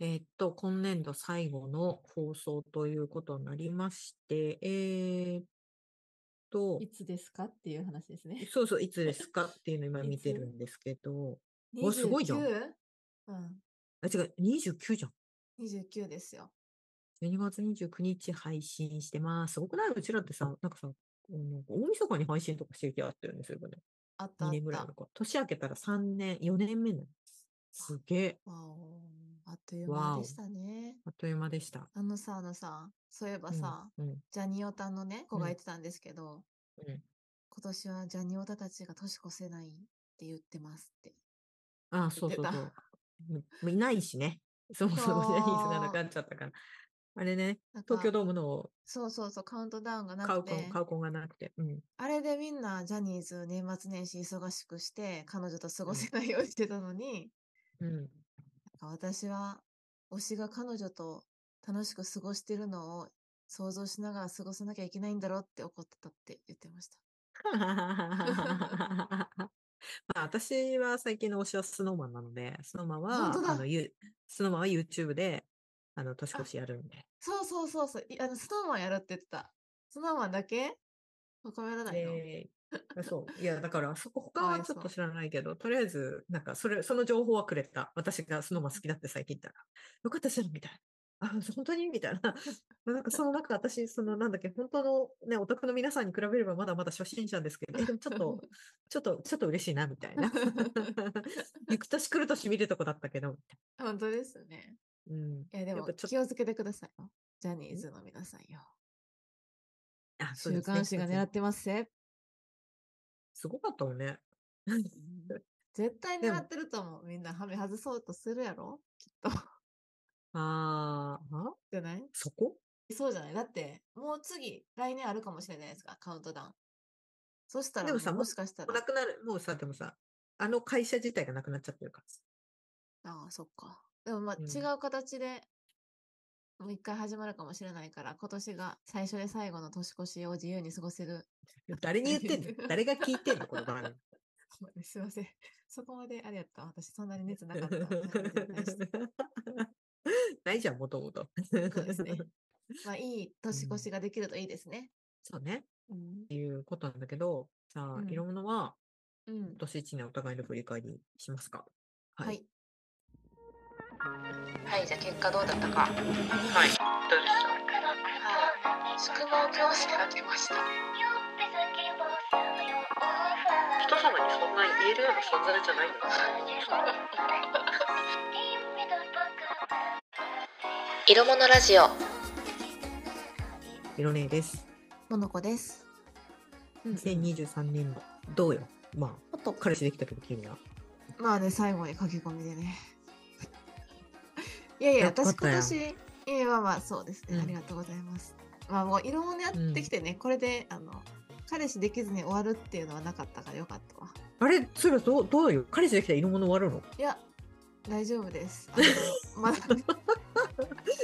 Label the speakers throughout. Speaker 1: えーっと、今年度最後の放送ということになりまして、えーっと、
Speaker 2: いつですかっていう話です ね。
Speaker 1: そうそう、いつですかっていうのを今見てるんですけど、お
Speaker 2: 29?
Speaker 1: すごいじゃん
Speaker 2: うん。
Speaker 1: あ、違う、29じゃん。
Speaker 2: 29ですよ。
Speaker 1: 12月29日配信してます。すごくないうちらってさ、なんかさ、うん大晦日に配信とかしてる気があったよね、そういえばね。
Speaker 2: あったあ
Speaker 1: 2
Speaker 2: っ
Speaker 1: 年ぐらい
Speaker 2: た。
Speaker 1: のか。年明けたら3年、4年目なの。すげえ。
Speaker 2: わおあっという
Speaker 1: わ
Speaker 2: 間
Speaker 1: お
Speaker 2: でしたね。
Speaker 1: あっという間でした。
Speaker 2: あのさ、あのさ、そういえばさ、
Speaker 1: うん、うん。
Speaker 2: ジャニオタのね、子
Speaker 1: う
Speaker 2: が
Speaker 1: ん
Speaker 2: 言ってたんですけど、
Speaker 1: うん。
Speaker 2: 今年はジャニオタたちが年越せないって言ってますって。
Speaker 1: ああ、そうそう
Speaker 2: 言
Speaker 1: そ
Speaker 2: っ
Speaker 1: う。うんいないしね。 そもそもジャニーズがなくなっちゃったから。あれね、
Speaker 2: なんか
Speaker 1: 東京ドームの
Speaker 2: そうそうそう、カウントダウンがな
Speaker 1: カウ
Speaker 2: く
Speaker 1: コン、
Speaker 2: て、
Speaker 1: カウコンがなくて。うん。
Speaker 2: あれでみんなジャニーズ年末年始忙しくして、彼女と過ごせないようにしてたのに、
Speaker 1: うん。
Speaker 2: なんか私は推しが彼女と楽しく過ごしてるのを想像しながら過ごさなきゃいけないんだろうって怒ってたって言ってました。
Speaker 1: まあ、私は最近の推しはスノーマンなので、スノーマンは、
Speaker 2: 本当だ
Speaker 1: あの、ゆスノーマンは YouTube で、あの、年越しやるんで。
Speaker 2: そうそうそうそう、いあの、スノーマンやるって言ってた。スノーマンだけ他やらないの、
Speaker 1: でそう。いや、だから、そこ、他
Speaker 2: かわ
Speaker 1: はいちょっ
Speaker 2: そ
Speaker 1: と
Speaker 2: う
Speaker 1: 知らないけど、とりあえず、なんか、それ、その情報はくれた。私がスノーマン好きだって最近言ったら、よかったじゃん、みたいな。あ、本当にみたいな。 なんか、その、なんか、私、その、なんだっけ、本当のね、お宅の皆さんに比べれば、まだまだ初心者ですけど、えでもちょっ と、ちょっと、ちょっと嬉しいな、みたいな。 行く年来る年見るとこだったけど、みたい
Speaker 2: 本当ですね。
Speaker 1: なうん。
Speaker 2: いや、で
Speaker 1: やっ
Speaker 2: も
Speaker 1: ぱちょっ
Speaker 2: 気をつけてくださいよ。ジャニーズの皆さんよ。
Speaker 1: あ、そう
Speaker 2: 週
Speaker 1: ですね
Speaker 2: 刊誌が
Speaker 1: 最近
Speaker 2: 狙ってます ぜ。
Speaker 1: すごかったもんね。
Speaker 2: 絶対
Speaker 1: でも
Speaker 2: 狙ってると思う。みんなハメ外そうとするやろきっと。
Speaker 1: あーあ、
Speaker 2: じゃない
Speaker 1: そこ
Speaker 2: そうじゃないだって、もう次、来年あるかもしれないですか、カウントダウン。そしたら
Speaker 1: でも
Speaker 2: もう、
Speaker 1: さ
Speaker 2: も
Speaker 1: も
Speaker 2: しかした
Speaker 1: もうな
Speaker 2: ら。
Speaker 1: くなる、もうさ、でもさ、あの会社自体がなくなっちゃってるからさ。
Speaker 2: ああ、そっか。でもまあ、
Speaker 1: うん
Speaker 2: 違う形で、もう一回始まるかもしれないから、今年が最初で最後の年越しを自由に過ごせる。
Speaker 1: 誰に言ってんの誰が聞いてんのこの番組。
Speaker 2: すいません。 そこまであれやった。私、そんなに熱 なかった。そ
Speaker 1: ないじゃん、もともと。。
Speaker 2: うですねまあ、いい年
Speaker 1: うん
Speaker 2: 越しができるといいですね。
Speaker 1: そうね。
Speaker 2: うん
Speaker 1: って。いうことなんだけど、じゃあ、
Speaker 2: うん
Speaker 1: いろんなは、
Speaker 2: うん
Speaker 1: 今。年一年お互いの振り返りしますか。は
Speaker 2: はい。はい、じゃあ結果どうだったか。
Speaker 1: はい。どうでした
Speaker 2: 宿毛教師が出ました。
Speaker 1: 人様にそんな言えるような存在じゃないんだ。
Speaker 2: 色物ラジオ。
Speaker 1: いろねえです。
Speaker 2: モノコです。
Speaker 1: 2023年度、どうよ。ま
Speaker 2: あと
Speaker 1: あ、彼氏できたけど、君は。
Speaker 2: まあね、最後に駆け込みでね。 いやいや、
Speaker 1: よか
Speaker 2: 私
Speaker 1: った
Speaker 2: 今
Speaker 1: よ
Speaker 2: 年、いや、まあまあ、そうですね、
Speaker 1: うん
Speaker 2: ありがとうございます。まあ、もう色物やってきてね、これで、あの、彼氏できずに終わるっていうのはなかったからよかったわ。
Speaker 1: あれ、それはどう、どうよ。彼氏できたら色物終わるの
Speaker 2: いや、大丈夫です。あ のまだね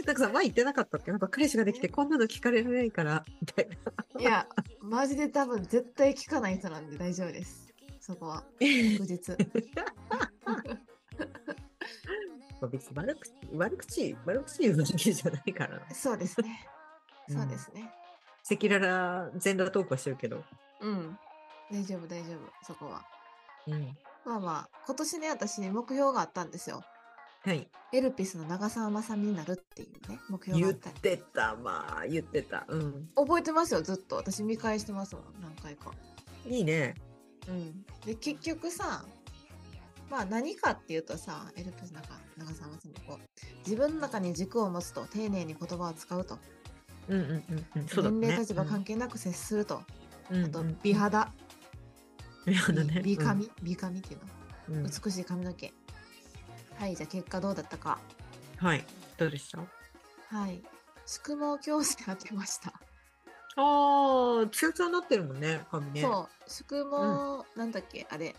Speaker 1: なんかさ、前言ってなかったっけなんか彼氏ができてこんなの聞かれないから、みた いな。
Speaker 2: いや、マジで多分絶対聞かない人なんで大丈夫です。そこは、確 実。
Speaker 1: まあ別に悪口、悪口、悪口言うだけじゃないからな。
Speaker 2: そうですね。そうですね。
Speaker 1: 赤裸々全裸トークはしてるけど。
Speaker 2: うん。大丈夫、大丈夫、そこは。
Speaker 1: うん。
Speaker 2: まあまあ、今年ね、私、目標があったんですよ。
Speaker 1: はい。
Speaker 2: エルピスの長澤まさみになるっていうね、目標
Speaker 1: 言
Speaker 2: があ
Speaker 1: っ
Speaker 2: ったり。
Speaker 1: てた、まあ、言ってた。うん。
Speaker 2: 覚えてますよ、ずっと。私、見返してますもん、何回か。
Speaker 1: いいね。
Speaker 2: うん。で、結局さ、まあ何かっていうとさ、エルピスの中、長澤まさみこう、自分の中に軸を持つと、丁寧に言葉を使うと、
Speaker 1: うんうんうんうん。そうだね。
Speaker 2: 年齢立場関
Speaker 1: 係。
Speaker 2: 係なく接すると、
Speaker 1: うん
Speaker 2: あと
Speaker 1: うん、
Speaker 2: 美肌、
Speaker 1: 美肌ね。
Speaker 2: 美美髪、美髪っていうの、
Speaker 1: うん。うん
Speaker 2: 美しい髪の毛。はい、じゃあ結果どうだったか。
Speaker 1: はい。どうでした
Speaker 2: はい。宿毛矯正当てました。
Speaker 1: ああ、ツヤツヤになってるもんね、髪ね。
Speaker 2: そう、宿毛、なんだっけ、あれ、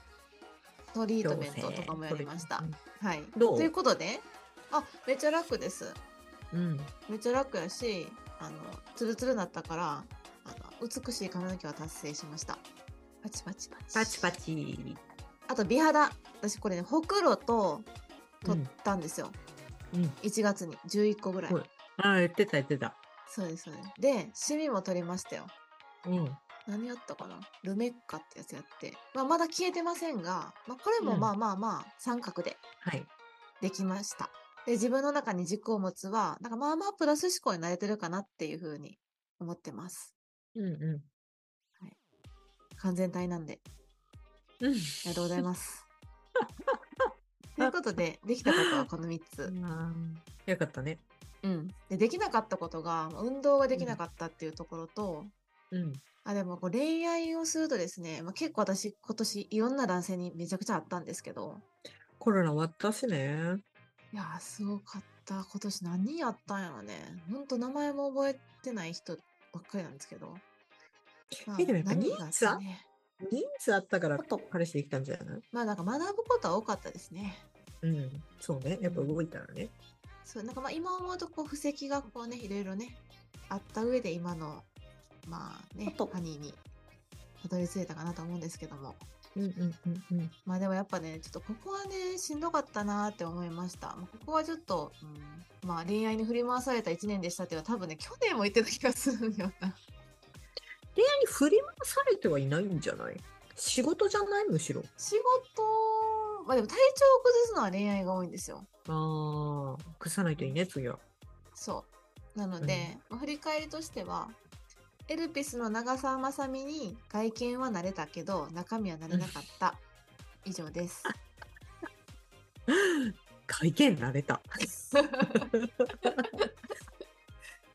Speaker 2: トリ
Speaker 1: う
Speaker 2: ートメントとかもやりました。はい。
Speaker 1: どう
Speaker 2: ということで、あ、めっちゃ楽です。
Speaker 1: うん。
Speaker 2: めっちゃ楽やし、あの、ツルツルになったから、あの美しい髪の毛は達成しました。パチパチパチ。
Speaker 1: パチパチ。
Speaker 2: あと美肌。私これね、ほくろと取ったんですよ。
Speaker 1: うん。
Speaker 2: 1月に11個ぐらい。
Speaker 1: はいああ、言ってた、言ってた。
Speaker 2: そうです、そうです。で、趣味も取りましたよ。
Speaker 1: うん。
Speaker 2: 何やったかなルメッカってやつやって。まあ、まだ消えてませんが、まあ、これも
Speaker 1: うん
Speaker 2: まあまあまあ、三角で
Speaker 1: はい。
Speaker 2: できました。で、自分の中に軸を持つは、なんかまあまあプラス思考になれてるかなっていうふうに思ってます。
Speaker 1: うんう
Speaker 2: 完全体なんで。
Speaker 1: ん。うん。
Speaker 2: ありがとうございます。ということで、できたことはこの3つ。
Speaker 1: よかったね。
Speaker 2: うん。で、できなかったことが、運動ができなかったっていうところと、
Speaker 1: うん。
Speaker 2: あ、でもこう恋愛をするとですね、まあ、結構私今年いろんな男性にめちゃくちゃあったんですけど、
Speaker 1: コロナ終わったしね。
Speaker 2: いやー、すごかった。今年何人やったんやろね。ほんと名前も覚えてない人ばっかりなんですけど。ま
Speaker 1: えでもやっぱ
Speaker 2: 何
Speaker 1: 人
Speaker 2: があっ
Speaker 1: 数
Speaker 2: た
Speaker 1: は
Speaker 2: ね
Speaker 1: 人数あったから
Speaker 2: あと、
Speaker 1: 彼氏できたんじゃない
Speaker 2: まあなんか学ぶことは多かったですね。
Speaker 1: うん。そうね。やっぱ動いたらね。
Speaker 2: そう、なんかまあ今思うとこう、布石がこうね、いろいろね、あった上で今の、まあね、ハニーにたどり着いたかなと思うんですけども。
Speaker 1: うんうんうんうん。
Speaker 2: まあでもやっぱね、ちょっとここはね、しんどかったなーって思いました。もうここはちょっと、うん、まあ恋愛に振り回された1年でしたっていうのは多分ね、去年も言ってた気がするんよな。
Speaker 1: 恋愛に振り回されてはいないんじゃない仕事じゃないむしろ。
Speaker 2: 仕事、まあでも体調を崩すのは恋愛が多いんですよ。
Speaker 1: ああ。崩さないといいね、次は。
Speaker 2: そう。なので、まあ振り返りとしては、エルピスの長澤まさみに外見は慣れたけど、中身は慣れなかった。以上です。
Speaker 1: 会見慣れた。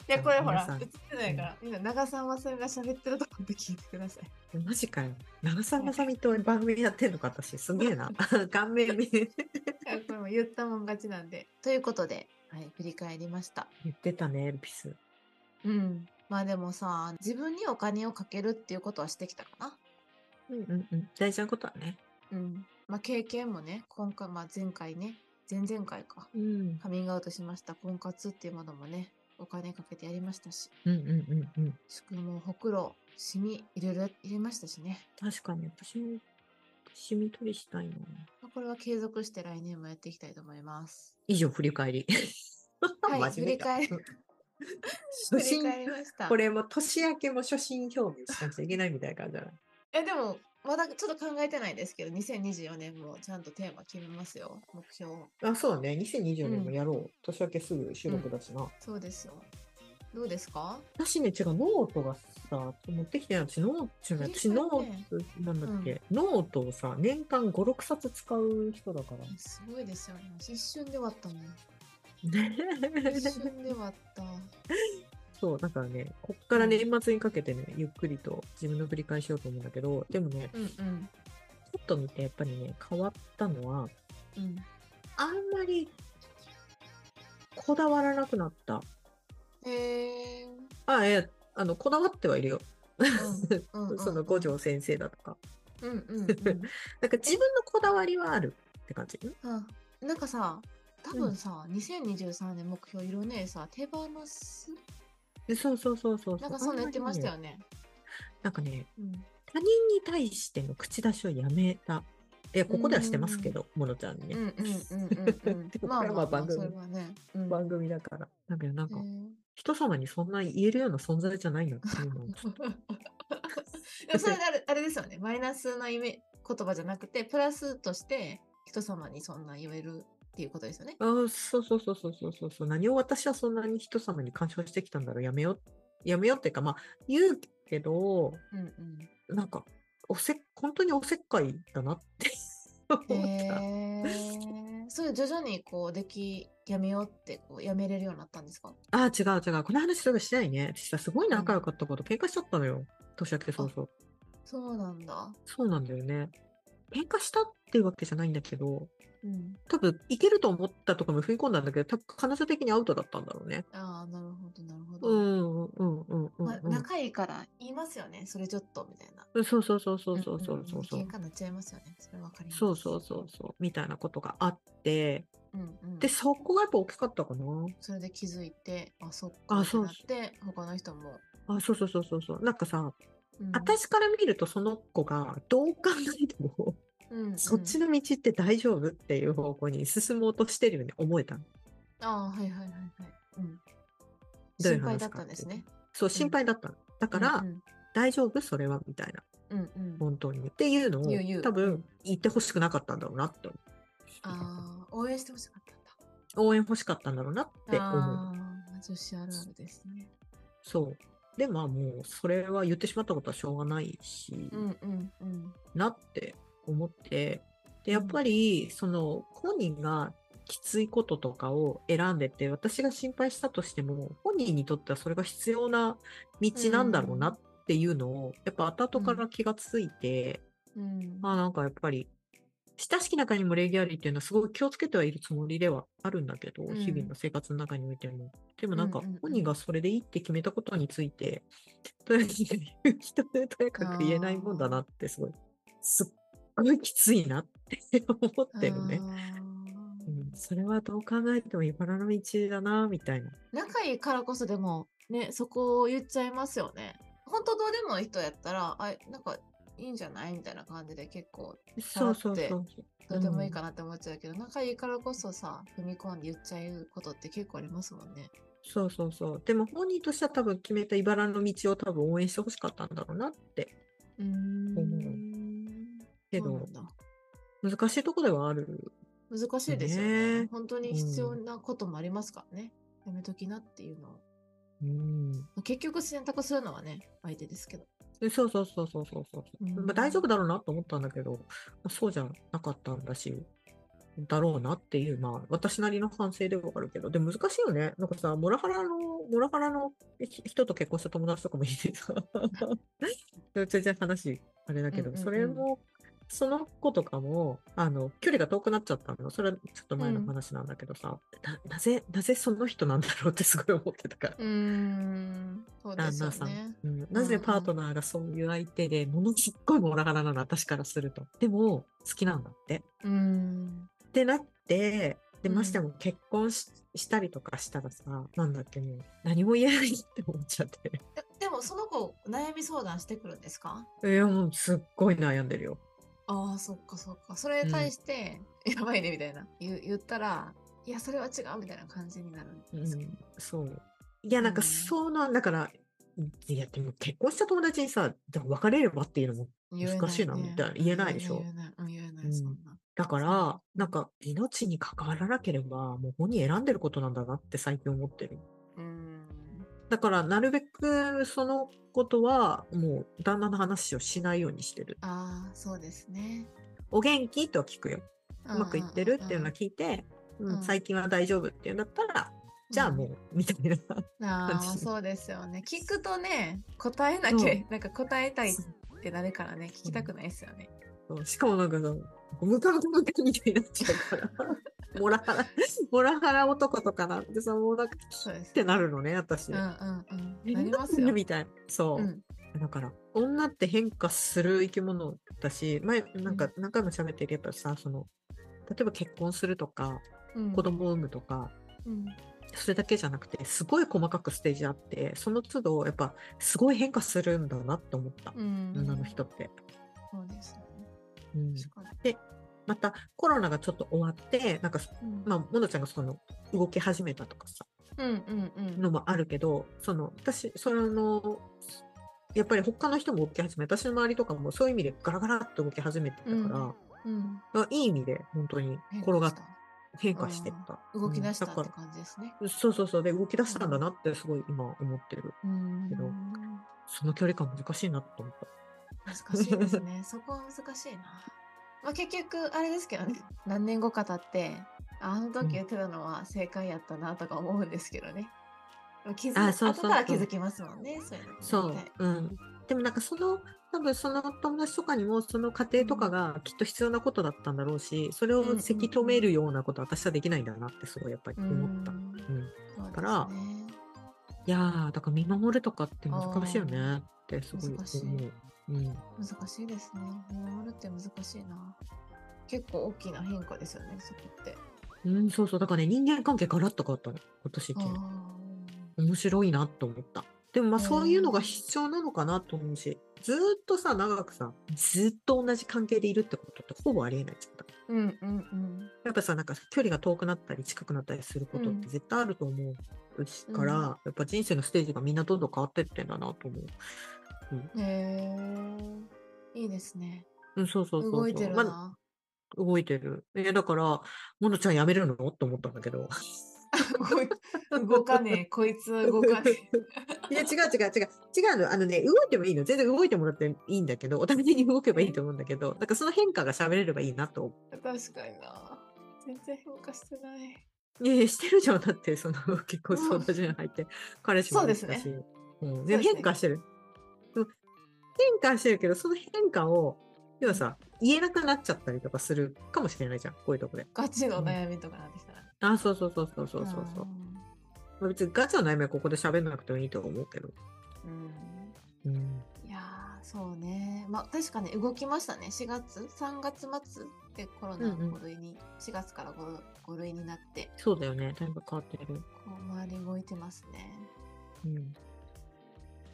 Speaker 2: いや、これほ
Speaker 1: 皆
Speaker 2: ら
Speaker 1: さ、ん
Speaker 2: 映ってないから、みんな長澤まさみが喋ってるとこって聞いてください。
Speaker 1: マジかよ。長澤まさみと番組やってんのか、私。すげえな。 顔面見言
Speaker 2: いやこれも言ったもん勝ちなんで。ということで、はい、振り返りました。
Speaker 1: ってたね、エルピス。
Speaker 2: うん。まあでもさ、自分にお金をかけるっていうことはしてきたかな。
Speaker 1: うんうんうん。大事なことはね。
Speaker 2: うん。まあ経験もね、今回、まあ前回ね、前々回か、
Speaker 1: うん。
Speaker 2: カミングアウトしました婚活っていうものもね、お金かけてやりましたし、
Speaker 1: うんうんうんうん。
Speaker 2: 宿毛、ほくろ、シミ、いろいろ入れましたしね。
Speaker 1: 確かに、私も、シミ取りしたいな。
Speaker 2: まあこれは継続して来年もやっていきたいと思います。
Speaker 1: 以上、振り返り。
Speaker 2: はい、
Speaker 1: 真
Speaker 2: 振
Speaker 1: 面目
Speaker 2: り
Speaker 1: だ
Speaker 2: 返り、
Speaker 1: うん
Speaker 2: 振
Speaker 1: 初
Speaker 2: り
Speaker 1: 心
Speaker 2: 返りました。
Speaker 1: これも年明けも初心表明しなくちゃいけないみたいな感じじゃない
Speaker 2: え、でも、まだちょっと考えてないですけど、2024年もちゃんとテーマ決めますよ、目標。
Speaker 1: あ、そうね。2020年
Speaker 2: う
Speaker 1: も
Speaker 2: ん
Speaker 1: やろう。年明けすぐ収録だしな。
Speaker 2: そうですよ。どうですか
Speaker 1: 私ね、違う、ノートがさ、持ってきてない。私、ノートじゃない、私、
Speaker 2: 振り
Speaker 1: ノ
Speaker 2: 返って
Speaker 1: ート、なんだっけ、ノートをさ、年間5、6冊使う人だ から。
Speaker 2: すごいですよね。一瞬で終わったもん。一瞬
Speaker 1: ね
Speaker 2: で終わった。
Speaker 1: そう、だからね、こっから年末にかけてね、ゆっくりと自分の振り返りしようと思うんだけど、でもね、
Speaker 2: うんうん。
Speaker 1: ちょっと見て、やっぱりね、変わったのは、
Speaker 2: うん。
Speaker 1: あんまり、こだわらなくなった。
Speaker 2: えー。
Speaker 1: あ、え、あの、こだわってはいるよ。
Speaker 2: うん うん、
Speaker 1: その五条先生だとか。
Speaker 2: うんうんうん
Speaker 1: なんか自分のこだわりはあるって感じ。
Speaker 2: あなんかさ多
Speaker 1: う
Speaker 2: 分
Speaker 1: ん
Speaker 2: さ、2023年目標いろねさ手放す
Speaker 1: でそうそうそうそうそう。
Speaker 2: なんかそんな言ってましたよね
Speaker 1: なんかね、
Speaker 2: うん
Speaker 1: 他人に対しての口出しをやめた。いや、ここではしてますけど、モノちゃんにね。
Speaker 2: うんうんうんうん
Speaker 1: で
Speaker 2: うん
Speaker 1: も
Speaker 2: まあ
Speaker 1: これはまあ
Speaker 2: まあまあ
Speaker 1: 番
Speaker 2: そ
Speaker 1: 組
Speaker 2: れはね、うん、
Speaker 1: 番組だから。だけどなん
Speaker 2: え
Speaker 1: か、人様にそんな言えるような存在じゃないよっていうのをちょっ
Speaker 2: ー でもそれあれあれですよねマイナスなイメ言葉じゃなくてプラスとして人様にそんな言えるっていうことですよね
Speaker 1: と。ああ、そうそうそうそうそうそうそう。何を私はそんなに人様に干渉してきたんだろう。やめよう。やめようっていうか、まあ、言うけど、
Speaker 2: うんうん
Speaker 1: なんか、おせっ本当におせっかいだなって 思 った。
Speaker 2: へえー、それ徐々にこうできやめようってこうやめれるようになったんですか
Speaker 1: ああ、違う違う。この話すぐしてないね。私さ、すごい仲良かったこと、喧嘩しちゃったのよ。年明けそうそう。
Speaker 2: そうなんだ
Speaker 1: そうなんだよね。喧嘩したっていうわけじゃないんだけど、
Speaker 2: うん
Speaker 1: 多分、いけると思ったとかも踏み込んだんだけど、多分彼女的にアウトだったんだろうね。
Speaker 2: ああなるほどなるほど、
Speaker 1: うん、うん、うん、うん。
Speaker 2: まあ、
Speaker 1: うん
Speaker 2: 仲いいから言いますよねそれちょっとみたいな
Speaker 1: そうそうそうそうそうそ
Speaker 2: ん
Speaker 1: うんそう。そ
Speaker 2: 喧
Speaker 1: う
Speaker 2: 嘩になっちゃいますよねそれわかります
Speaker 1: そうそうそうそう。みたいなことがあって、
Speaker 2: うんうん、
Speaker 1: で、そこがやっぱ大きかったかな。
Speaker 2: それで気づいてあそっ
Speaker 1: あ
Speaker 2: かって
Speaker 1: そう
Speaker 2: なって他の人も、
Speaker 1: あ、そうそうそうそうそう。なんかさ、
Speaker 2: うん
Speaker 1: 私から見るとその子がどう考えても、
Speaker 2: うんうん
Speaker 1: そっちの道って大丈夫っていう方向に進もうとしてるように思えたの。
Speaker 2: ああ、はいはいはいはい。うん。
Speaker 1: どういう
Speaker 2: 心配
Speaker 1: 話
Speaker 2: だ
Speaker 1: か
Speaker 2: ったんですね。
Speaker 1: そう、心配だったの。だから、
Speaker 2: うん
Speaker 1: 大丈夫それはみたいな。
Speaker 2: うん、うんうん
Speaker 1: 本当に。っていうのを
Speaker 2: 言う言う
Speaker 1: 多分言ってほしくなかったんだろうなって思
Speaker 2: ああ、応援してほしかったんだ。
Speaker 1: う。応援欲しかったんだろうなって思う。
Speaker 2: ああ、女子あるあるですね。
Speaker 1: そう。で、まあもう、それは言ってしまったことはしょうがないし、
Speaker 2: うんうんうん。
Speaker 1: なって思って、で、やっぱり、その、本人がきついこととかを選んでて、私が心配したとしても、本人にとってはそれが必要な道なんだろうなっていうのを、やっぱ後々から気がついて、
Speaker 2: うん、
Speaker 1: まあなんかやっぱり、親しき中にも礼儀ありっていうのはすごい気をつけてはいるつもりではあるんだけど、
Speaker 2: うん
Speaker 1: 日々の生活の中においても。でもなんか
Speaker 2: うんうんうん
Speaker 1: 本人がそれでいいって決めたことについて、とにかく言う人でとにかく言えないもんだなってすごい、すっごいきついなって思ってるね。
Speaker 2: あ
Speaker 1: うん、
Speaker 2: ー
Speaker 1: それはどう考えても茨の道だな、みたいな。
Speaker 2: 仲いいからこそでも、ね、そこを言っちゃいますよね。本当どうでもいい人やったら、あ、なんかいいんじゃないみたいな感じで結構
Speaker 1: そうそう
Speaker 2: さ
Speaker 1: そ
Speaker 2: ら
Speaker 1: う。
Speaker 2: どうでもいいかなって思っちゃうけど、仲いいからこそさ、踏み込んで言っちゃうことって結構ありますもんね。
Speaker 1: そうそうそう。でも本人としては多分決めた茨の道を多分応援してほしかったんだろうなって。
Speaker 2: うーん。
Speaker 1: け
Speaker 2: そうな
Speaker 1: ど
Speaker 2: ん、だ
Speaker 1: 難しいとこではある
Speaker 2: 難しいですよね
Speaker 1: ね
Speaker 2: 本当に必要なこともありますからね。やめときなっていうのを。
Speaker 1: うん
Speaker 2: 結局選択するのはね、相手ですけど。
Speaker 1: でそうそうそうそうそうそう、
Speaker 2: うん
Speaker 1: まあ、大丈夫だろうなと思ったんだけど、まあそうじゃなかったんだしだろうなっていうまあ私なりの反省ではあるけどでも難しいよねなんかさモラハラのモラハラのひ人と結婚した友達とかもいて さ全然話あれだけど、
Speaker 2: うんうんうん
Speaker 1: それもその子とかもあの距離が遠くなっちゃったのそれはちょっと前の話なんだけどさ、ななぜなぜその人なんだろうってすごい思ってたから
Speaker 2: うーん、そうで
Speaker 1: 旦
Speaker 2: すよ
Speaker 1: 那さん、
Speaker 2: ね。
Speaker 1: うん、なぜパートナーがそういう相手でものすっごいモラハラなの私からするとでも好きなんだって
Speaker 2: うーん。
Speaker 1: ってなってで
Speaker 2: うん
Speaker 1: ましても結婚ししたりとかしたらさなんだっけもう何も言えないって思っちゃって
Speaker 2: ででも、その子、悩み相談してくるんですか
Speaker 1: いやもうすっごい悩んでるよ
Speaker 2: ああ、そっかそっか。それに対して、やばいね、みたいな。言う言ったら、いや、それは違う、みたいな感じになるん
Speaker 1: う
Speaker 2: ですか、
Speaker 1: ん、そう。いや、なん
Speaker 2: うん
Speaker 1: か、そうな、だから、いや、でも結婚した友達にさ、でも別れればっていうのも、
Speaker 2: 言え
Speaker 1: 難しいな
Speaker 2: ね
Speaker 1: みたいな言えないでしょ
Speaker 2: 言えない、言えない、うん言えな
Speaker 1: う
Speaker 2: い
Speaker 1: ん
Speaker 2: そんな。
Speaker 1: だか
Speaker 2: そ
Speaker 1: ら、なんか、命に関わらなければ、もう本人選んでることなんだなって最近思ってる。
Speaker 2: うーん。
Speaker 1: だから、なるべく、そのことは、もう、旦那の話をしないようにしてる。
Speaker 2: ああ、そうですね。
Speaker 1: お元気とは聞くよ。
Speaker 2: う
Speaker 1: うまくいってるっていうのは
Speaker 2: ん
Speaker 1: 聞いて、
Speaker 2: ん
Speaker 1: うん最近は大丈夫っていうんだったら、じゃあもう、みたいな。
Speaker 2: あ
Speaker 1: 感
Speaker 2: ー
Speaker 1: じ
Speaker 2: まあそうですよね聞くとね答えなきゃ
Speaker 1: そ
Speaker 2: なんか答えたいってなるからね聞きたくないですよね、
Speaker 1: そうしかもなんかさ、ムカムカムカみたいになっちゃう から。モラハラ、モラハラ男とかなんてさ、もうなんか、
Speaker 2: そうです
Speaker 1: ってなるのね、私。
Speaker 2: うんうんうん
Speaker 1: え
Speaker 2: なりますよ
Speaker 1: んでみたいな。そうう。
Speaker 2: ん
Speaker 1: だから、女って変化する生き物だし、前、なんか何回も喋ってるけどさ、その、例えば結婚するとか、
Speaker 2: うん
Speaker 1: 子供を産むとか、
Speaker 2: うん
Speaker 1: それだけじゃなくて、すごい細かくステージあって、その都度、やっぱ、すごい変化するんだなって思った。
Speaker 2: うん
Speaker 1: 女の人って。
Speaker 2: そうですよね
Speaker 1: うん
Speaker 2: 確か
Speaker 1: また、コロナがちょっと終わって、なんか、
Speaker 2: にうん
Speaker 1: まあ、モノちゃんがその動き始めたとかさ
Speaker 2: うんうんうん
Speaker 1: のもあるけどその私そのやっぱり他の人も動き始め私の周りとかもそういう意味でガラガラって動き始めてたから、
Speaker 2: うん
Speaker 1: あいい意味で本当に
Speaker 2: 変化
Speaker 1: 転がっ
Speaker 2: した
Speaker 1: 変化してった、
Speaker 2: 動き出した
Speaker 1: うん
Speaker 2: っ
Speaker 1: だ
Speaker 2: て
Speaker 1: か
Speaker 2: 感じですね
Speaker 1: らそうそうそうで動き出したんだなってすごい今思ってる
Speaker 2: うん
Speaker 1: けどその距離感難しいなと思った
Speaker 2: 難しいで すねそこは難しいなまあ結局あれですけどね何年後か経ってああの時言ってたのは正解やったなとか思うんですけどね、まあ気づ
Speaker 1: あそうそうそう
Speaker 2: 後から気づきますもんねそういうのね
Speaker 1: そう
Speaker 2: 絶対、
Speaker 1: うん、でもなんかその多分その友達とかにもその家庭とかがきっと必要なことだったんだろうしそれをせき止めるようなことは私はできないんだなってすごいやっぱり思った。
Speaker 2: うん
Speaker 1: うん
Speaker 2: そうで
Speaker 1: か
Speaker 2: す
Speaker 1: ら
Speaker 2: ね
Speaker 1: いやーだから見守るとかって難しいよねってすごい
Speaker 2: 難しい
Speaker 1: 思う。うん、
Speaker 2: 難しいですね見守るって難しいな結構大きな変化ですよねそこって
Speaker 1: うん、そうそうだからね人間関係ガラッと変わったの今年一
Speaker 2: あ
Speaker 1: 年面白いなと思った。でもまあ
Speaker 2: うん
Speaker 1: そういうのが必要なのかなと思うし、ずーっとさ、長くさ、ずーっと同じ関係でいるってことってほぼありえないじゃん。
Speaker 2: うんうんうん。
Speaker 1: やっぱさ、なんか距離が遠くなったり近くなったりすることっ
Speaker 2: うん
Speaker 1: て絶対あると思う
Speaker 2: うん
Speaker 1: から、やっぱ人生のステージがみんなどんどん変わってってんだなと思う。
Speaker 2: へえ。いいですね。
Speaker 1: うん、そうそうそうそう。
Speaker 2: 動いてる
Speaker 1: まあ
Speaker 2: な。
Speaker 1: 動いてる。え、だから、ものちゃん辞めるのと思ったんだけど。
Speaker 2: 動い 動かねえ。こいつは動かね
Speaker 1: いや、違う違う違う。違うの。あのね、動いてもいいの。全然動いてもらっていいんだけど、お互いに動けばいいと思うんだけど、なんかその変化が喋れればいいなと思
Speaker 2: え。確かにな。全然変化してない。
Speaker 1: う。いやいや、してるじゃん。だって、その結婚相談所に入って、彼氏も
Speaker 2: そうですね
Speaker 1: できたし。うん、
Speaker 2: そうですね
Speaker 1: 変化してる。うん変化してるけど、その変化を、要はさ、言えなくなっちゃったりとかするかもしれないじゃん。こういうとこで。
Speaker 2: ガチの悩みとかなってきたら。
Speaker 1: あ、そうそうそうそうそうそうそう。まあ別にガチの悩みはここで喋んなくてもいいと思うけど。
Speaker 2: うん。うん
Speaker 1: うん。
Speaker 2: いやーそうねまあ確かに動きましたね4月3月末でコロナ
Speaker 1: うんうん
Speaker 2: 5類に、4月から 5, 5類になって
Speaker 1: そうだよね。だいぶ変わってる。
Speaker 2: こう周り動いてますね
Speaker 1: うん。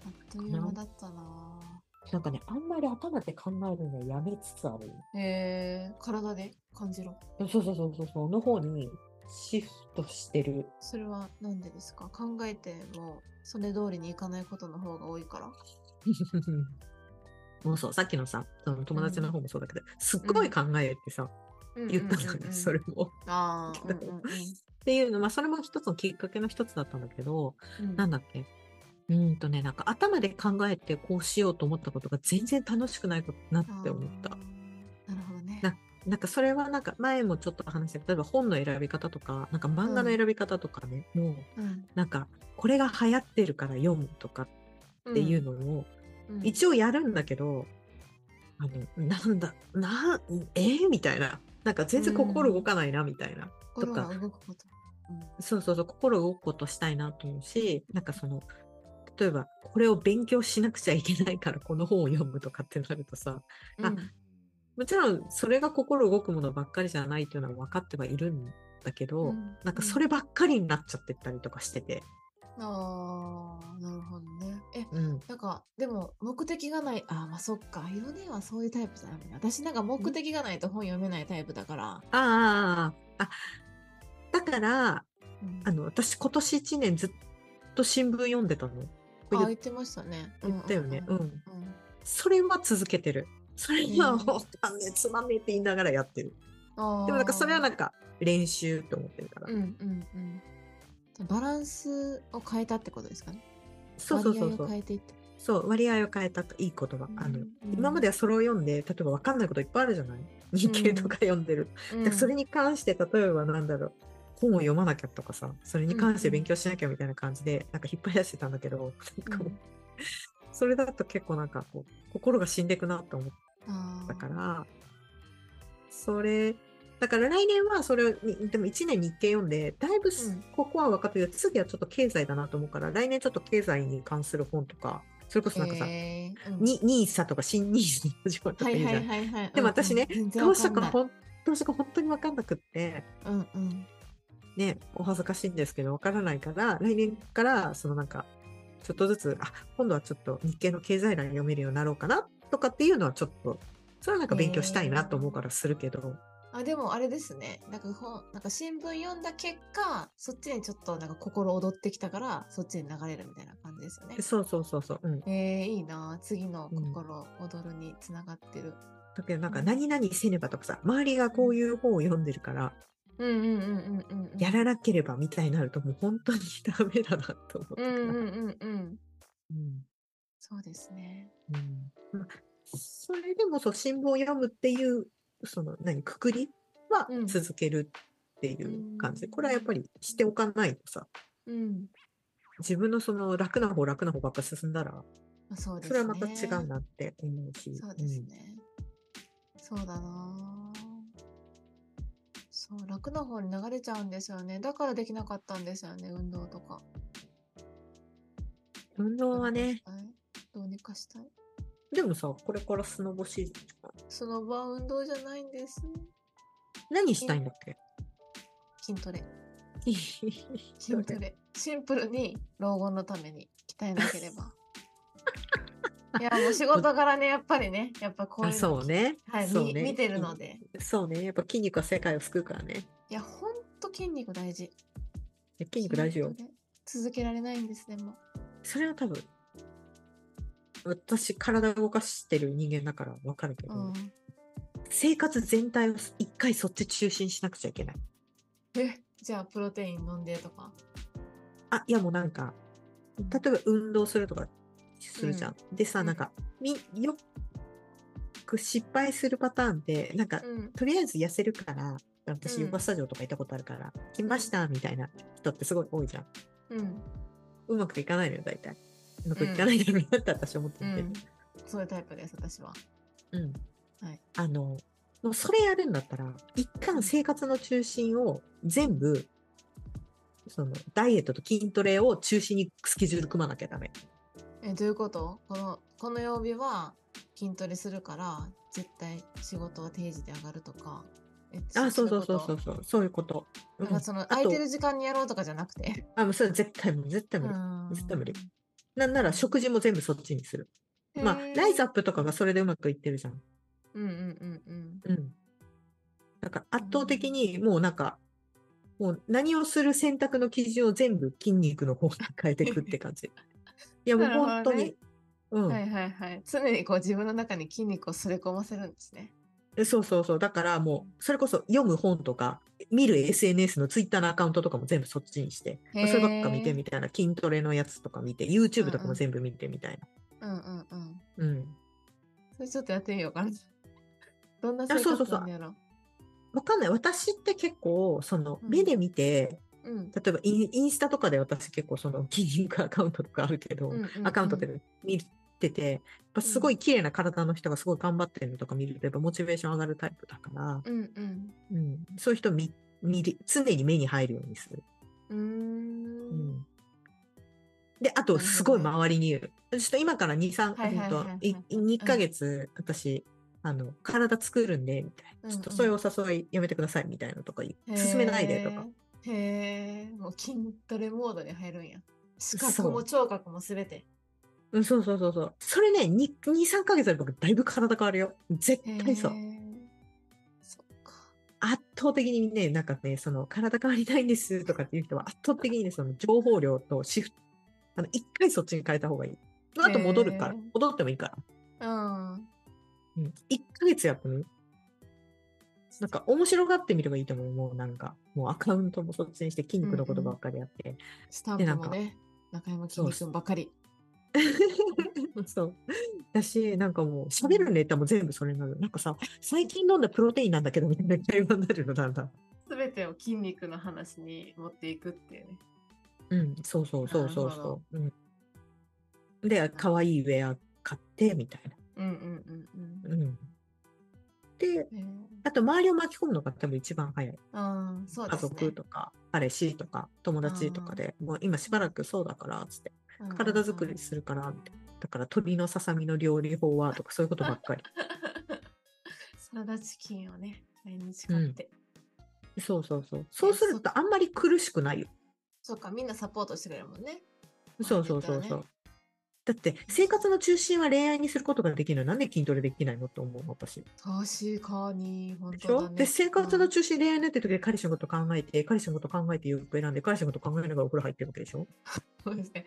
Speaker 2: あっという間だったな
Speaker 1: なんかね、あんまり頭で考えるのやめつつある。
Speaker 2: えー、体で感じろ
Speaker 1: そうそうそうそう、そうの方にシフトしてる。
Speaker 2: それはなんでですか考えてもそれ通りにいかないことの方が多いから
Speaker 1: もうそう、さっきのさ、その友達の方もそうだけど、すっごい考えってさ、言ったのね、そ
Speaker 2: れ
Speaker 1: れも。
Speaker 2: ああ、うんうん
Speaker 1: っていうの、まあ、それも一つのきっかけの一つだったんだけど、
Speaker 2: うん、
Speaker 1: なんだっけ。うーんとね、なんか頭で考えてこうしようと思ったことが全然楽しくないなって思った
Speaker 2: あ。ーなるほどね
Speaker 1: ななんかそれはなんか前もちょっと話した例えば本の選び方とか、なんか漫画の選び方とかね、もう
Speaker 2: うん
Speaker 1: なんかこれが流行ってるから読むとかっていうのを
Speaker 2: うん
Speaker 1: 一応やるんだけど、あのなんだなんえーみたいななんか全然心動かないなみたいな、
Speaker 2: 心が動くこと
Speaker 1: そうそうそう心動くことしたいなと思うしなんかその例えばこれを勉強しなくちゃいけないからこの本を読むとかってなるとさあ
Speaker 2: うん
Speaker 1: もちろんそれが心動くものばっかりじゃないっていうのは分かってはいるんだけど、
Speaker 2: うん
Speaker 1: なんかそればっかりになっちゃってったりとかしてて。
Speaker 2: ああ、なるほどね。え、
Speaker 1: うん
Speaker 2: なんか、でも、目的がない、ああ、まあそっか、色ねはそういうタイプじゃないもんね。私なんか目的がないと本読めないタイプだから。
Speaker 1: ああ、あ、だから、
Speaker 2: うん
Speaker 1: あの、私今年一年ずっと新聞読んでたの。
Speaker 2: あ
Speaker 1: こ
Speaker 2: ー、
Speaker 1: れ
Speaker 2: 言ってましたね。
Speaker 1: 言ったよね。う
Speaker 2: う
Speaker 1: んん。
Speaker 2: うんうんうん
Speaker 1: それは続けてる。それ
Speaker 2: う
Speaker 1: は
Speaker 2: ん
Speaker 1: もう、あのね、つまんねえって言いながらやってる。
Speaker 2: あー
Speaker 1: でもなんかそれはなんか練習と思ってるから
Speaker 2: うん。うんうん。バランスを変えたってことですかね。
Speaker 1: そうそうそうそ
Speaker 2: 割合を
Speaker 1: う。
Speaker 2: 変えていった。
Speaker 1: そう、割合を変えたいい言葉。あの
Speaker 2: うん、
Speaker 1: 今まではそれを読んで、例えば分かんないこといっぱいあるじゃない日経とか読んでる。だからそれ
Speaker 2: に、
Speaker 1: に関して、例えばなんだろう。本を読まなきゃとかさ、それに関して勉強しなきゃみたいな感じで、なんか引っ張り出してたんだけど、なんかもうそれだと結構なんかこう心が死んでいくなと思っ
Speaker 2: あ。
Speaker 1: たかららそれだから来年はそれをにでも1年に1回読んでだいぶす
Speaker 2: うん
Speaker 1: ここは分かってるけど次はちょっと経済だなと思うから来年ちょっと経済に関する本とかそれこそなんかさ、
Speaker 2: えーうん
Speaker 1: にニーサとか新ニーサの始まりとか
Speaker 2: はい
Speaker 1: いいじゃ
Speaker 2: は
Speaker 1: ん、
Speaker 2: いはいはい。
Speaker 1: でも私ねどうしたか
Speaker 2: 本。
Speaker 1: ほんどうしたか本当に分かんなくって
Speaker 2: うんうん。
Speaker 1: ねお恥ずかしいんですけど分からないから来年からそのなんかちょっとずつあ今度はちょっと日経の経済欄読めるようになろうかなとかっていうのはちょっとそれはなんか勉強したいなと思うからするけど、
Speaker 2: あでもあれですね。なんか本、なんか新聞読んだ結果、そっちにちょっとなんか心躍ってきたから、そっちに流れるみたいな感じですよね。
Speaker 1: そうそうそうそう、うん、
Speaker 2: えー、いいなあ次の
Speaker 1: うん
Speaker 2: 心躍るにつながってる。
Speaker 1: だけどなんか何々せねばとかさ周りがこういう本を読んでるから
Speaker 2: うんうんうんうんうん。
Speaker 1: やらなければみたいになるともう本当にダメだなと思ってか
Speaker 2: う
Speaker 1: ら
Speaker 2: んうんうんうん。
Speaker 1: うん
Speaker 2: そうですね。
Speaker 1: うんまあそれでもそう新聞を読むっていうその何くくりは
Speaker 2: うん
Speaker 1: 続けるっていう感じで、
Speaker 2: うん
Speaker 1: これはやっぱりしておかないとさ
Speaker 2: うん。
Speaker 1: 自分のその楽な方楽な方ばっか進んだら
Speaker 2: まあ、そうですね。
Speaker 1: それはまた違うなって思うし
Speaker 2: そうですね。そうだなあそう、楽な方に流れちゃうんですよね。だからできなかったんですよね、運動とか。
Speaker 1: うん運動はね
Speaker 2: どうにかしたい。どうにかしたい。
Speaker 1: でもさこれからスノボシーズンじゃない
Speaker 2: その場運動じゃないんです。
Speaker 1: 何したいんだっけ
Speaker 2: 筋トレ。筋トレ。シンプルに老後のために鍛えなけ れば。いや、もう仕事柄ね、やっぱりね、やっぱこう
Speaker 1: あ
Speaker 2: いうの
Speaker 1: そうね。
Speaker 2: はい、
Speaker 1: そう
Speaker 2: み
Speaker 1: ね
Speaker 2: 見てるので。
Speaker 1: そうね。やっぱ筋肉は世界を救うからね。
Speaker 2: いや、ほんと筋肉大事。
Speaker 1: いや筋肉大事よ
Speaker 2: 筋。トレ。続けられないんですね、もう。
Speaker 1: それは多分、私、体動かしてる人間だからわかるけど、
Speaker 2: うん、
Speaker 1: 生活全体を一回そっち中心しなくちゃいけない。
Speaker 2: え、じゃあプロテイン飲んでとか。
Speaker 1: あ、いやもうなんか、例えば運動するとかするじゃん。でさ、
Speaker 2: うん
Speaker 1: なんか、み、よく失敗するパターンで、なんか、
Speaker 2: うん。
Speaker 1: とりあえず痩せるから、
Speaker 2: うん
Speaker 1: 私、ヨガスタジオとか行ったことあるから、来ましたみたいな人ってすごい多いじゃん。
Speaker 2: うん。
Speaker 1: うまくいかないのよ、大体。うまくいかないだろうなって私は思って
Speaker 2: う
Speaker 1: るけど
Speaker 2: ん。そういうタイプです、私は。
Speaker 1: うん
Speaker 2: はい
Speaker 1: あの、もうそれやるんだったら、一貫生活の中心を全部、そのダイエットと筋トレを中心にスケジュール組まなきゃダメ。
Speaker 2: え、どういうことこの、この曜日は筋トレするから、絶対仕事は定時で上がるとか。え
Speaker 1: あ、そうそうそうそ。
Speaker 2: いう
Speaker 1: そう、そういうこと。うん
Speaker 2: ことなんかその、
Speaker 1: あと
Speaker 2: 空いてる時間にやろうとかじゃなくて。
Speaker 1: あ、もうそれ絶対無理、絶対無理。絶対無理なんなら食事も全部そっちにする。
Speaker 2: うん
Speaker 1: まあ、ライズア
Speaker 2: へ
Speaker 1: ップとかがそれでうまくいってるじゃん。
Speaker 2: ーうんうんうん
Speaker 1: う
Speaker 2: うん。
Speaker 1: ん。なんか圧倒的にもうなんか、もう何をする選択の基準を全部筋肉の方に変えていくって感 じ。いやもう
Speaker 2: なるほど
Speaker 1: 本
Speaker 2: ね
Speaker 1: 当に、うん、
Speaker 2: はいはいはい。常にこう自分の中に筋肉をすり込ませるんですね。
Speaker 1: えそうそうそう。だからもう、それこそ読む本とか、見る SNS のツイッターのアカウントとかも全部そっちにして、
Speaker 2: へー
Speaker 1: そればっか見てみたいな、筋トレのやつとか見て、YouTube とかも全部見てみたいな。
Speaker 2: うんうんうん。
Speaker 1: うん。
Speaker 2: それちょっとやってみようかな。 どんな生
Speaker 1: あそうそう
Speaker 2: 活
Speaker 1: そう
Speaker 2: なんやろ
Speaker 1: わかんない。私って結構、その、
Speaker 2: うん
Speaker 1: 目で見て、
Speaker 2: う。うん。
Speaker 1: 例えばインインスタとかで私結構その筋肉アカウントとかあるけど、
Speaker 2: うんうんうん
Speaker 1: アカウントで見てて、やっぱすごい綺麗な体の人がすごい頑張ってるのとか見ると、やっぱモチベーション上がるタイプだから、
Speaker 2: うんうん。
Speaker 1: うん、そういう人見、見る、常に目に入るようにする。
Speaker 2: うーん。
Speaker 1: で、あと、
Speaker 2: なるほどね
Speaker 1: すごい周りに言う。ちょっと今から2、3、
Speaker 2: はいはいはいはい
Speaker 1: えっとい2ヶ月、私、あの、体作るんで、みたいな。
Speaker 2: うんう
Speaker 1: ち
Speaker 2: ん
Speaker 1: ょっとそういうお誘いやめてください、みたいなのとか言う。
Speaker 2: へー
Speaker 1: 進めないで、とか。。
Speaker 2: へえ。もう筋トレモードに入るんや。視
Speaker 1: そ
Speaker 2: 覚
Speaker 1: う
Speaker 2: も聴覚もすべて。
Speaker 1: うん、そうそうそうそう。それね、2、2 3ヶ月あれば、だいぶ体変わるよ。絶
Speaker 2: へ
Speaker 1: 対そう。
Speaker 2: ーそっか。
Speaker 1: 圧倒的にね、なんかね、その、体変わりたいんです、とかっていう人は、圧倒的にね、その、情報量とシフト、あの、一回そっちに変えた方がいい。その後戻るから
Speaker 2: へー、
Speaker 1: 戻ってもいいから。
Speaker 2: う
Speaker 1: う
Speaker 2: ん。
Speaker 1: ん、1ヶ月やってみるなんか面白がってみればいいと思う。もうなんか、もうアカウントもそっちにして筋肉のことばっかりやって。
Speaker 2: スタン
Speaker 1: でな
Speaker 2: プ
Speaker 1: ん
Speaker 2: も
Speaker 1: か
Speaker 2: ね、中山筋
Speaker 1: そう
Speaker 2: 肉君ばかり。
Speaker 1: そう。だし、なんかもう喋るネタも全部それになる。なんかさ、最近飲んだプロテインなんだけどみたいな会話になるの、だんだん。
Speaker 2: すべてを筋肉の話に持っていくっていうね。
Speaker 1: うん、そうそうそうそう
Speaker 2: なるほ
Speaker 1: そう。うん、で、可愛いウェア買って、みたい
Speaker 2: うんうんうん
Speaker 1: な。うん。で、
Speaker 2: うん。へー
Speaker 1: あと周りを巻き込むのが多分一番早い。
Speaker 2: ああ、そう
Speaker 1: 家
Speaker 2: ですね。
Speaker 1: 族とか、彼氏とか、友達とかで、もう今しばらくそうだから、つって。
Speaker 2: うんうんうん
Speaker 1: 体作 りするから、みたいなだから鳥のささみの料理法はとかそういうことばっ かり。
Speaker 2: サラダチキンをね、毎日買って。
Speaker 1: そうそうそう。そうするとあんまり苦しくないよ。
Speaker 2: そうか、みんなサポートしてくれるもんね。
Speaker 1: そうそうそうそ
Speaker 2: まあ
Speaker 1: う。だって生活の中心は恋愛にすることができるのになんで筋トレできないのと思うの私。
Speaker 2: 確かに、本
Speaker 1: でし
Speaker 2: 当
Speaker 1: ょ
Speaker 2: だ、ね。
Speaker 1: で生活の
Speaker 2: うん
Speaker 1: 中心恋愛になってる時で彼氏のこと考えて彼氏のこと考えて洋服選んで彼氏のこと考えながらお風呂入ってるわけでしょ
Speaker 2: そうですね。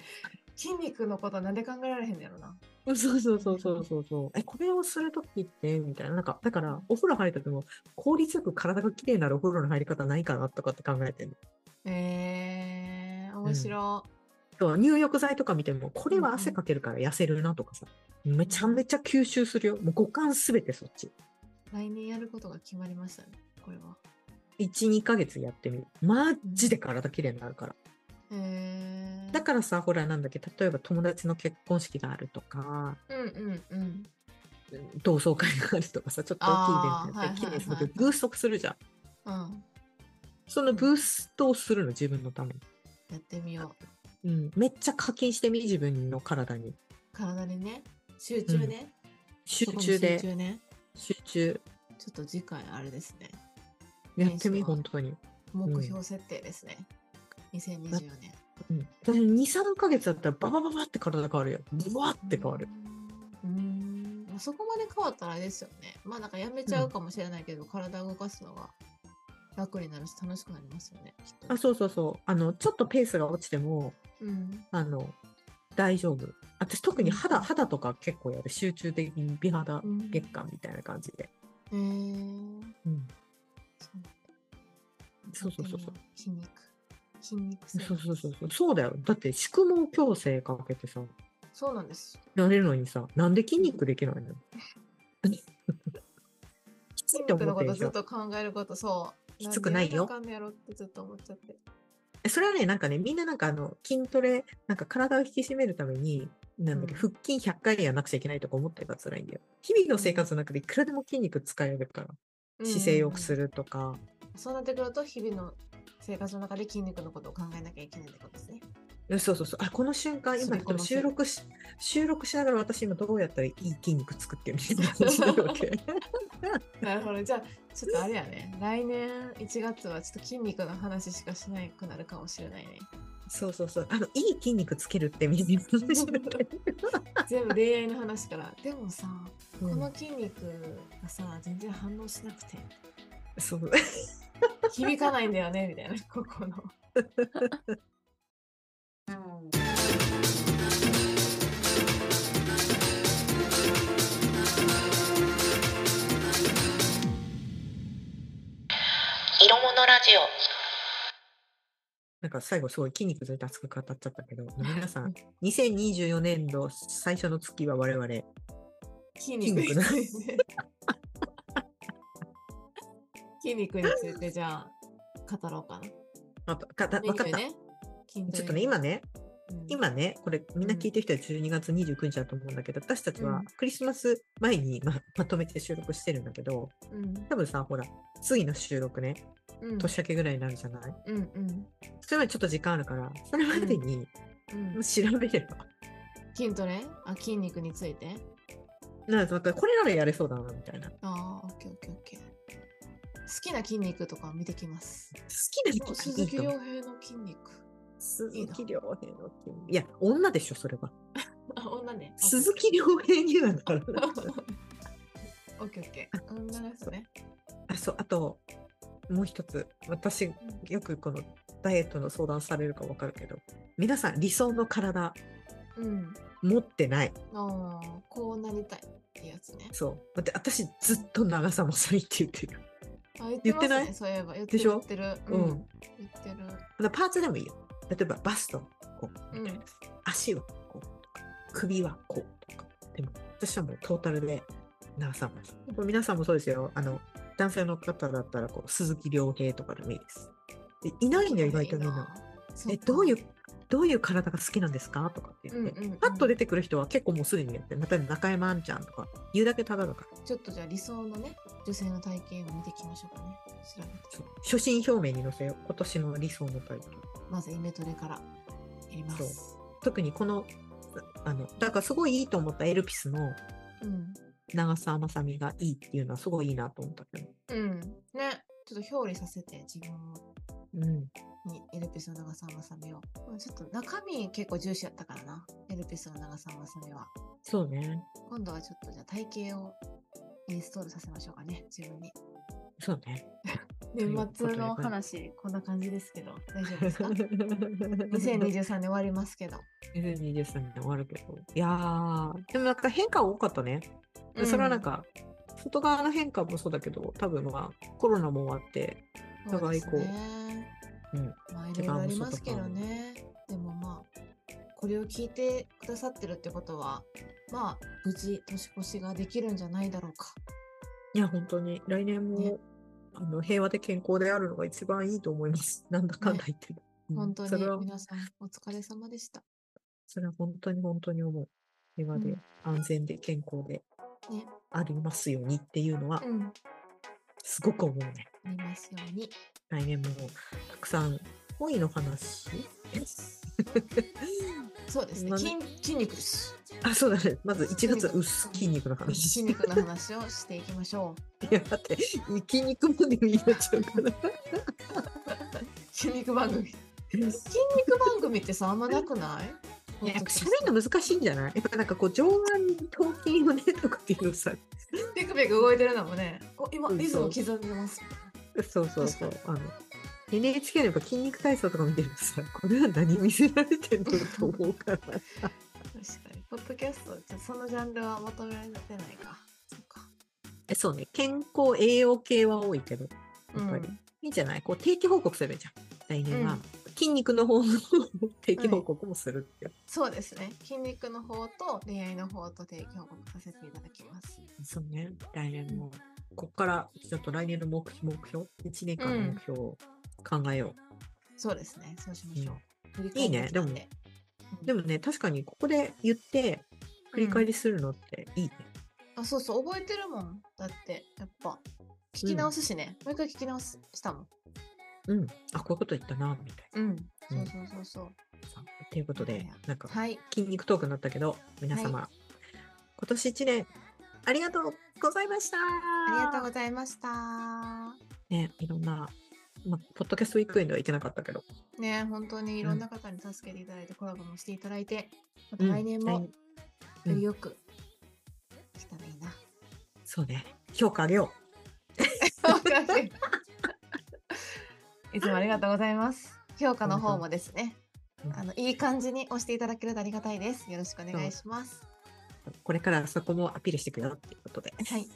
Speaker 2: 筋肉のことなんで考えられへんのやろな。
Speaker 1: そうそうそうそうそうそう。え、これをするときって、みたいな。なんか、だから、お風呂入るときも、効率よく体が綺麗になるお風呂の入り方ないかなとかって考えてる
Speaker 2: えー、面白、
Speaker 1: そう入浴剤とか見ても、これは汗かけるから痩せるなとかさ、めちゃめちゃ吸収するよ。もう五感すべてそっち。
Speaker 2: 来年やることが決まりましたね、これは。
Speaker 1: 1、2ヶ月やってみる。マジで体綺麗になるから。
Speaker 2: えー、
Speaker 1: だからさ、ほらなんだっけ、例えば友達の結婚式があるとか、
Speaker 2: うんうんうん。
Speaker 1: 同窓会があるとかさ、ちょっと大きいイベントやって
Speaker 2: あー
Speaker 1: 綺麗にする
Speaker 2: はいはいはい
Speaker 1: とブーストするじゃん。
Speaker 2: うん。
Speaker 1: そのブーストをするの、自分のために。
Speaker 2: やってみよう。
Speaker 1: うん、めっちゃ課金してみ、自分の体に。
Speaker 2: 体にね、集中ね。
Speaker 1: 集中で、
Speaker 2: 集中ね。
Speaker 1: 集中。
Speaker 2: ちょっと次回あれですね。
Speaker 1: やって
Speaker 2: いい
Speaker 1: み、
Speaker 2: っすわ
Speaker 1: 本当に。
Speaker 2: 目標設定ですね。 2024年。
Speaker 1: うん、だ2、3ヶ月だったらババババって体変わるよ。ブワって変わる。
Speaker 2: うーん。まあそこまで変わったらあれですよね。まあなんかやめちゃうかもしれないけど、体を動かすのが楽になるし楽しくなりますよね。きっと
Speaker 1: あ、そうそうそう。あの、ちょっとペースが落ちても、
Speaker 2: うん。
Speaker 1: あの、大丈夫。私特に肌、肌とか結構やる。集中的に美肌
Speaker 2: うん
Speaker 1: 月間みたいな感じで。
Speaker 2: へー
Speaker 1: うん。
Speaker 2: そう
Speaker 1: そうそうそうそう。。
Speaker 2: 筋肉。筋肉成
Speaker 1: そう
Speaker 2: 分
Speaker 1: そうそうそう。そうだよ。だって宿毛矯正かけてさ、
Speaker 2: そうなんです。
Speaker 1: なれるのにさ、なんで筋肉できないの きついって思ってるで
Speaker 2: 筋肉のこと
Speaker 1: し
Speaker 2: ずっ
Speaker 1: ょ
Speaker 2: と考えること、そう。
Speaker 1: きつくないよ
Speaker 2: んであかんのやろってずっと思っちゃって。
Speaker 1: えそれはね、なんかね、みんななんかあの、筋トレ、なんか体を引き締めるために、なんだっけ、
Speaker 2: う
Speaker 1: 腹筋100回やんなくちゃいけないとか思ってるから辛いんだよ。日々の生活の中でいくらでも筋肉使えるから、姿勢良くす
Speaker 2: る。
Speaker 1: るとか、
Speaker 2: そうなってくると、日々の生活の中で筋肉のことを考えなきゃいけないってことですね。
Speaker 1: うんそうそうそう、あ、この瞬間、
Speaker 2: そ
Speaker 1: 今
Speaker 2: れ
Speaker 1: でも
Speaker 2: この瞬
Speaker 1: 収録し、収録しながら私今どうやったらいい筋肉作ってるみたいな感じになるわけ。
Speaker 2: なるほど。じゃあ、ちょっとあれやね。来年1月はちょっと筋肉の話しかしなくなるかもしれないね。
Speaker 1: そうそうそう、あの、いい筋肉つけるってみたいな話になる。
Speaker 2: 全部恋愛の話から。でもさ、
Speaker 1: う
Speaker 2: こ
Speaker 1: ん
Speaker 2: の筋肉がさ、全然反応しなくて、
Speaker 1: そう。
Speaker 2: 響かないんだよね、みたいな、ここの。
Speaker 3: 色物ラジオ
Speaker 1: なんか最後すごい筋肉ずっと熱く語っちゃったけど、皆さん、2024年度最初の月は我々、
Speaker 2: 筋肉について。 筋肉についてじゃあ語ろうかな。
Speaker 1: あと、かた分かった。
Speaker 2: メニューね。筋トレ
Speaker 1: ちょっとね、今ね、
Speaker 2: うん、
Speaker 1: 今ね、これみんな聞いてる人は12月29日だと思うんだけど、私たちはクリスマス前にままとめて収録してるんだけど、
Speaker 2: うん、
Speaker 1: 多分さ、ほら、次の収録ね、
Speaker 2: うん、
Speaker 1: 年明けぐらいになるじゃない、
Speaker 2: うん、うん、
Speaker 1: それまでちょっと時間あるから、それまでに
Speaker 2: うん。
Speaker 1: 調べれば、
Speaker 2: 筋トレあ、筋肉について
Speaker 1: なんかなんかこれならやれそうだな、みたいな。好
Speaker 2: ああ、オッケーオッケーオッケー。好きな筋肉とか見てきます。
Speaker 1: きな
Speaker 2: お
Speaker 1: 時
Speaker 2: 鈴
Speaker 1: いい
Speaker 2: 木
Speaker 1: と思う
Speaker 2: 亮平の筋肉。
Speaker 1: 鈴木亮平の筋肉いや、女でしょ、それは。
Speaker 2: あ、女ね。
Speaker 1: 鈴木亮平になんだから。
Speaker 2: オッケーオッケ ー。女の人ね。
Speaker 1: あ、そう、あと、もう一つ、私、よくこのダイエットの相談されるかわかるけど、皆さん、理想の体
Speaker 2: うん。
Speaker 1: 持ってない。
Speaker 2: ああ、こうなりたいってやつね。
Speaker 1: そう。だって私、ずっと長さもさいって言ってる。
Speaker 2: あ言っ
Speaker 1: 言って
Speaker 2: ます
Speaker 1: な
Speaker 2: ね
Speaker 1: い
Speaker 2: そういえば言って
Speaker 1: で
Speaker 2: る
Speaker 1: しょ
Speaker 2: 言ってる、
Speaker 1: うん。
Speaker 2: 言ってる
Speaker 1: だからパーツでもいいよ。例えば、バスト、こう、みたいな。
Speaker 2: うん
Speaker 1: 足はこうとか、首はこうとか。でも、私はもうトータルで長さも。これ皆さんもそうですよ。あの、男性の方だったら、こう、鈴木亮平とかでもいいです。でいないんだよ、意外とみんな。
Speaker 2: そっ
Speaker 1: え
Speaker 2: か
Speaker 1: どういうどういう体が好きなんですかとかって
Speaker 2: う
Speaker 1: 言
Speaker 2: ん
Speaker 1: っ
Speaker 2: う
Speaker 1: て、
Speaker 2: んうん
Speaker 1: パッと出てくる人は結構もうすでにやってるまた中山あんちゃんとか言うだけただだから
Speaker 2: ちょっとじゃあ理想のね女性の体型を見ていきましょうかね調べて
Speaker 1: そう初心表明に載せよう今年の理想のタイプ
Speaker 2: まずイメトレからやります
Speaker 1: 特にこのあのだからすごいいいと思ったエルピスの
Speaker 2: うん
Speaker 1: 長澤まさみがいいっていうのはすごいいいなと思ったけど、
Speaker 2: うんねちょっと表裏させて自分
Speaker 1: うん、
Speaker 2: にエルピスの長さまさみをうんちょっと中身結構重視やったからなエルピスの長さまさみは
Speaker 1: そうね
Speaker 2: 今度はちょっとじゃあ体型をインストールさせましょうかね自分に
Speaker 1: そうね
Speaker 2: 年末の
Speaker 1: ということで
Speaker 2: 話こんな感じですけど 大丈夫 ですか
Speaker 1: 2023
Speaker 2: 2023年終わりますけど。
Speaker 1: 年終わるけどいやーでもなんか変化多かったねでそれはなんか、外側の変化もそうだけど、多分まあ、コロナも終わって、
Speaker 2: うん、
Speaker 1: お互いこう
Speaker 2: そうですね
Speaker 1: うん
Speaker 2: まあ、いろいろありますけどね。でもまあ、これを聞いてくださってるってことは、まあ、無事年越しができるんじゃないだろうか。
Speaker 1: いや、本当に、来年も、
Speaker 2: ね
Speaker 1: あの平和で健康であるのが一番いいと思います。なんだかんだ言っても、うん
Speaker 2: 本当に
Speaker 1: それは、
Speaker 2: 皆さんお疲れ様でした。
Speaker 1: それは本当に本当に思う。平和で、
Speaker 2: うん
Speaker 1: 安全で、健康で
Speaker 2: ね。
Speaker 1: ありますようにっていうのは、
Speaker 2: うん。
Speaker 1: すごく思うね。
Speaker 2: ありますように。
Speaker 1: 来年も、たくさん、恋の 話
Speaker 2: そうですね。
Speaker 1: まあね
Speaker 2: 筋筋肉です。
Speaker 1: あ、そうだね。まず1月は薄筋肉の 話。
Speaker 2: 筋肉の話をしていきましょう。
Speaker 1: いや、だって、 筋肉までになっちゃうから。
Speaker 2: 筋肉番組。筋肉番組ってさ、あんまなくない
Speaker 1: いややっぱ喋るの難しいんじゃないやっぱなんかこう上腕頭筋をねとかっていうのさ
Speaker 2: ピクピク動いてるのもね、こ今、
Speaker 1: うん
Speaker 2: リズムを刻んでます。
Speaker 1: そうそうそう
Speaker 2: 確
Speaker 1: あの NHK のやっぱ筋肉体操とか見てるとさこれは何見せられてんのと思うから
Speaker 2: 確かに。ポッドキャスト、じゃそのジャンルは求められてないか。そっか。
Speaker 1: えそうね健康栄養系は多いけどやっぱり、
Speaker 2: うん
Speaker 1: いいんじゃないこう定期報告するじゃん来年は、
Speaker 2: うん
Speaker 1: 筋肉の方の定期報告もするって、
Speaker 2: そうですね。筋肉の方と恋愛の方と提供報告させていただきます。
Speaker 1: そうね来年もこっからちょっと来年の目標目標1年間の目標を考えよう、
Speaker 2: そうですね。そうしましょう。
Speaker 1: いいねでも
Speaker 2: 振り返ってきたんで
Speaker 1: で
Speaker 2: も、
Speaker 1: もね確かにここで言って繰り返りするのっていいね、
Speaker 2: あ、そうそう、覚えてるもん。だって、やっぱ、聞き直すしね。もう一回聞き直すしたもん。
Speaker 1: うんあこういうこと言ったなみたい
Speaker 2: うん。そうそうそうそう。
Speaker 1: なさということ
Speaker 2: いや
Speaker 1: で
Speaker 2: いや
Speaker 1: なんか
Speaker 2: はい。
Speaker 1: 筋肉トークになったけど皆様、今年1年ありがとうございました
Speaker 2: ありがとうございました。
Speaker 1: ね、いろんな、まあ、ポッドキャストウィークエンドは行けなかったけど、
Speaker 2: ね、本当にいろんな方に助けていただいて、コラボもしていただいて、また来年
Speaker 1: う
Speaker 2: も
Speaker 1: ん
Speaker 2: よ
Speaker 1: 来うん
Speaker 2: りよくできたらいいな。
Speaker 1: そうね、評価あげよ
Speaker 2: おかし いいつもありがとうございます。評価の方もですね
Speaker 1: う、ん
Speaker 2: あのいい感じに押していただけるとありがたいです。よろしくお願いします。
Speaker 1: う。これからそこもアピールしていくよっていうことで、
Speaker 2: はい。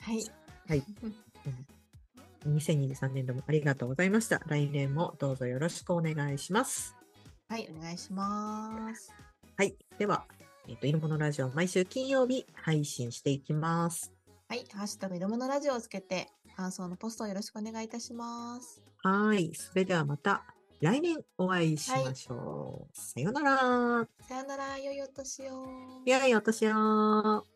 Speaker 2: はい。
Speaker 1: はい2023年度もありがとうございました。来年もどうぞよろしくお願いします。
Speaker 2: はい、お願いします。
Speaker 1: はい、では、えっ、と、色物ラジオ毎週金曜日配信していきます。
Speaker 2: はい、ハッシュタグいろものラジオをつけて、感想のポストをよろしくお願いいたします。
Speaker 1: はい、それではまた来年お会いしましょう。さようなら。
Speaker 2: さよなら、良いお年を。
Speaker 1: 良いお年を。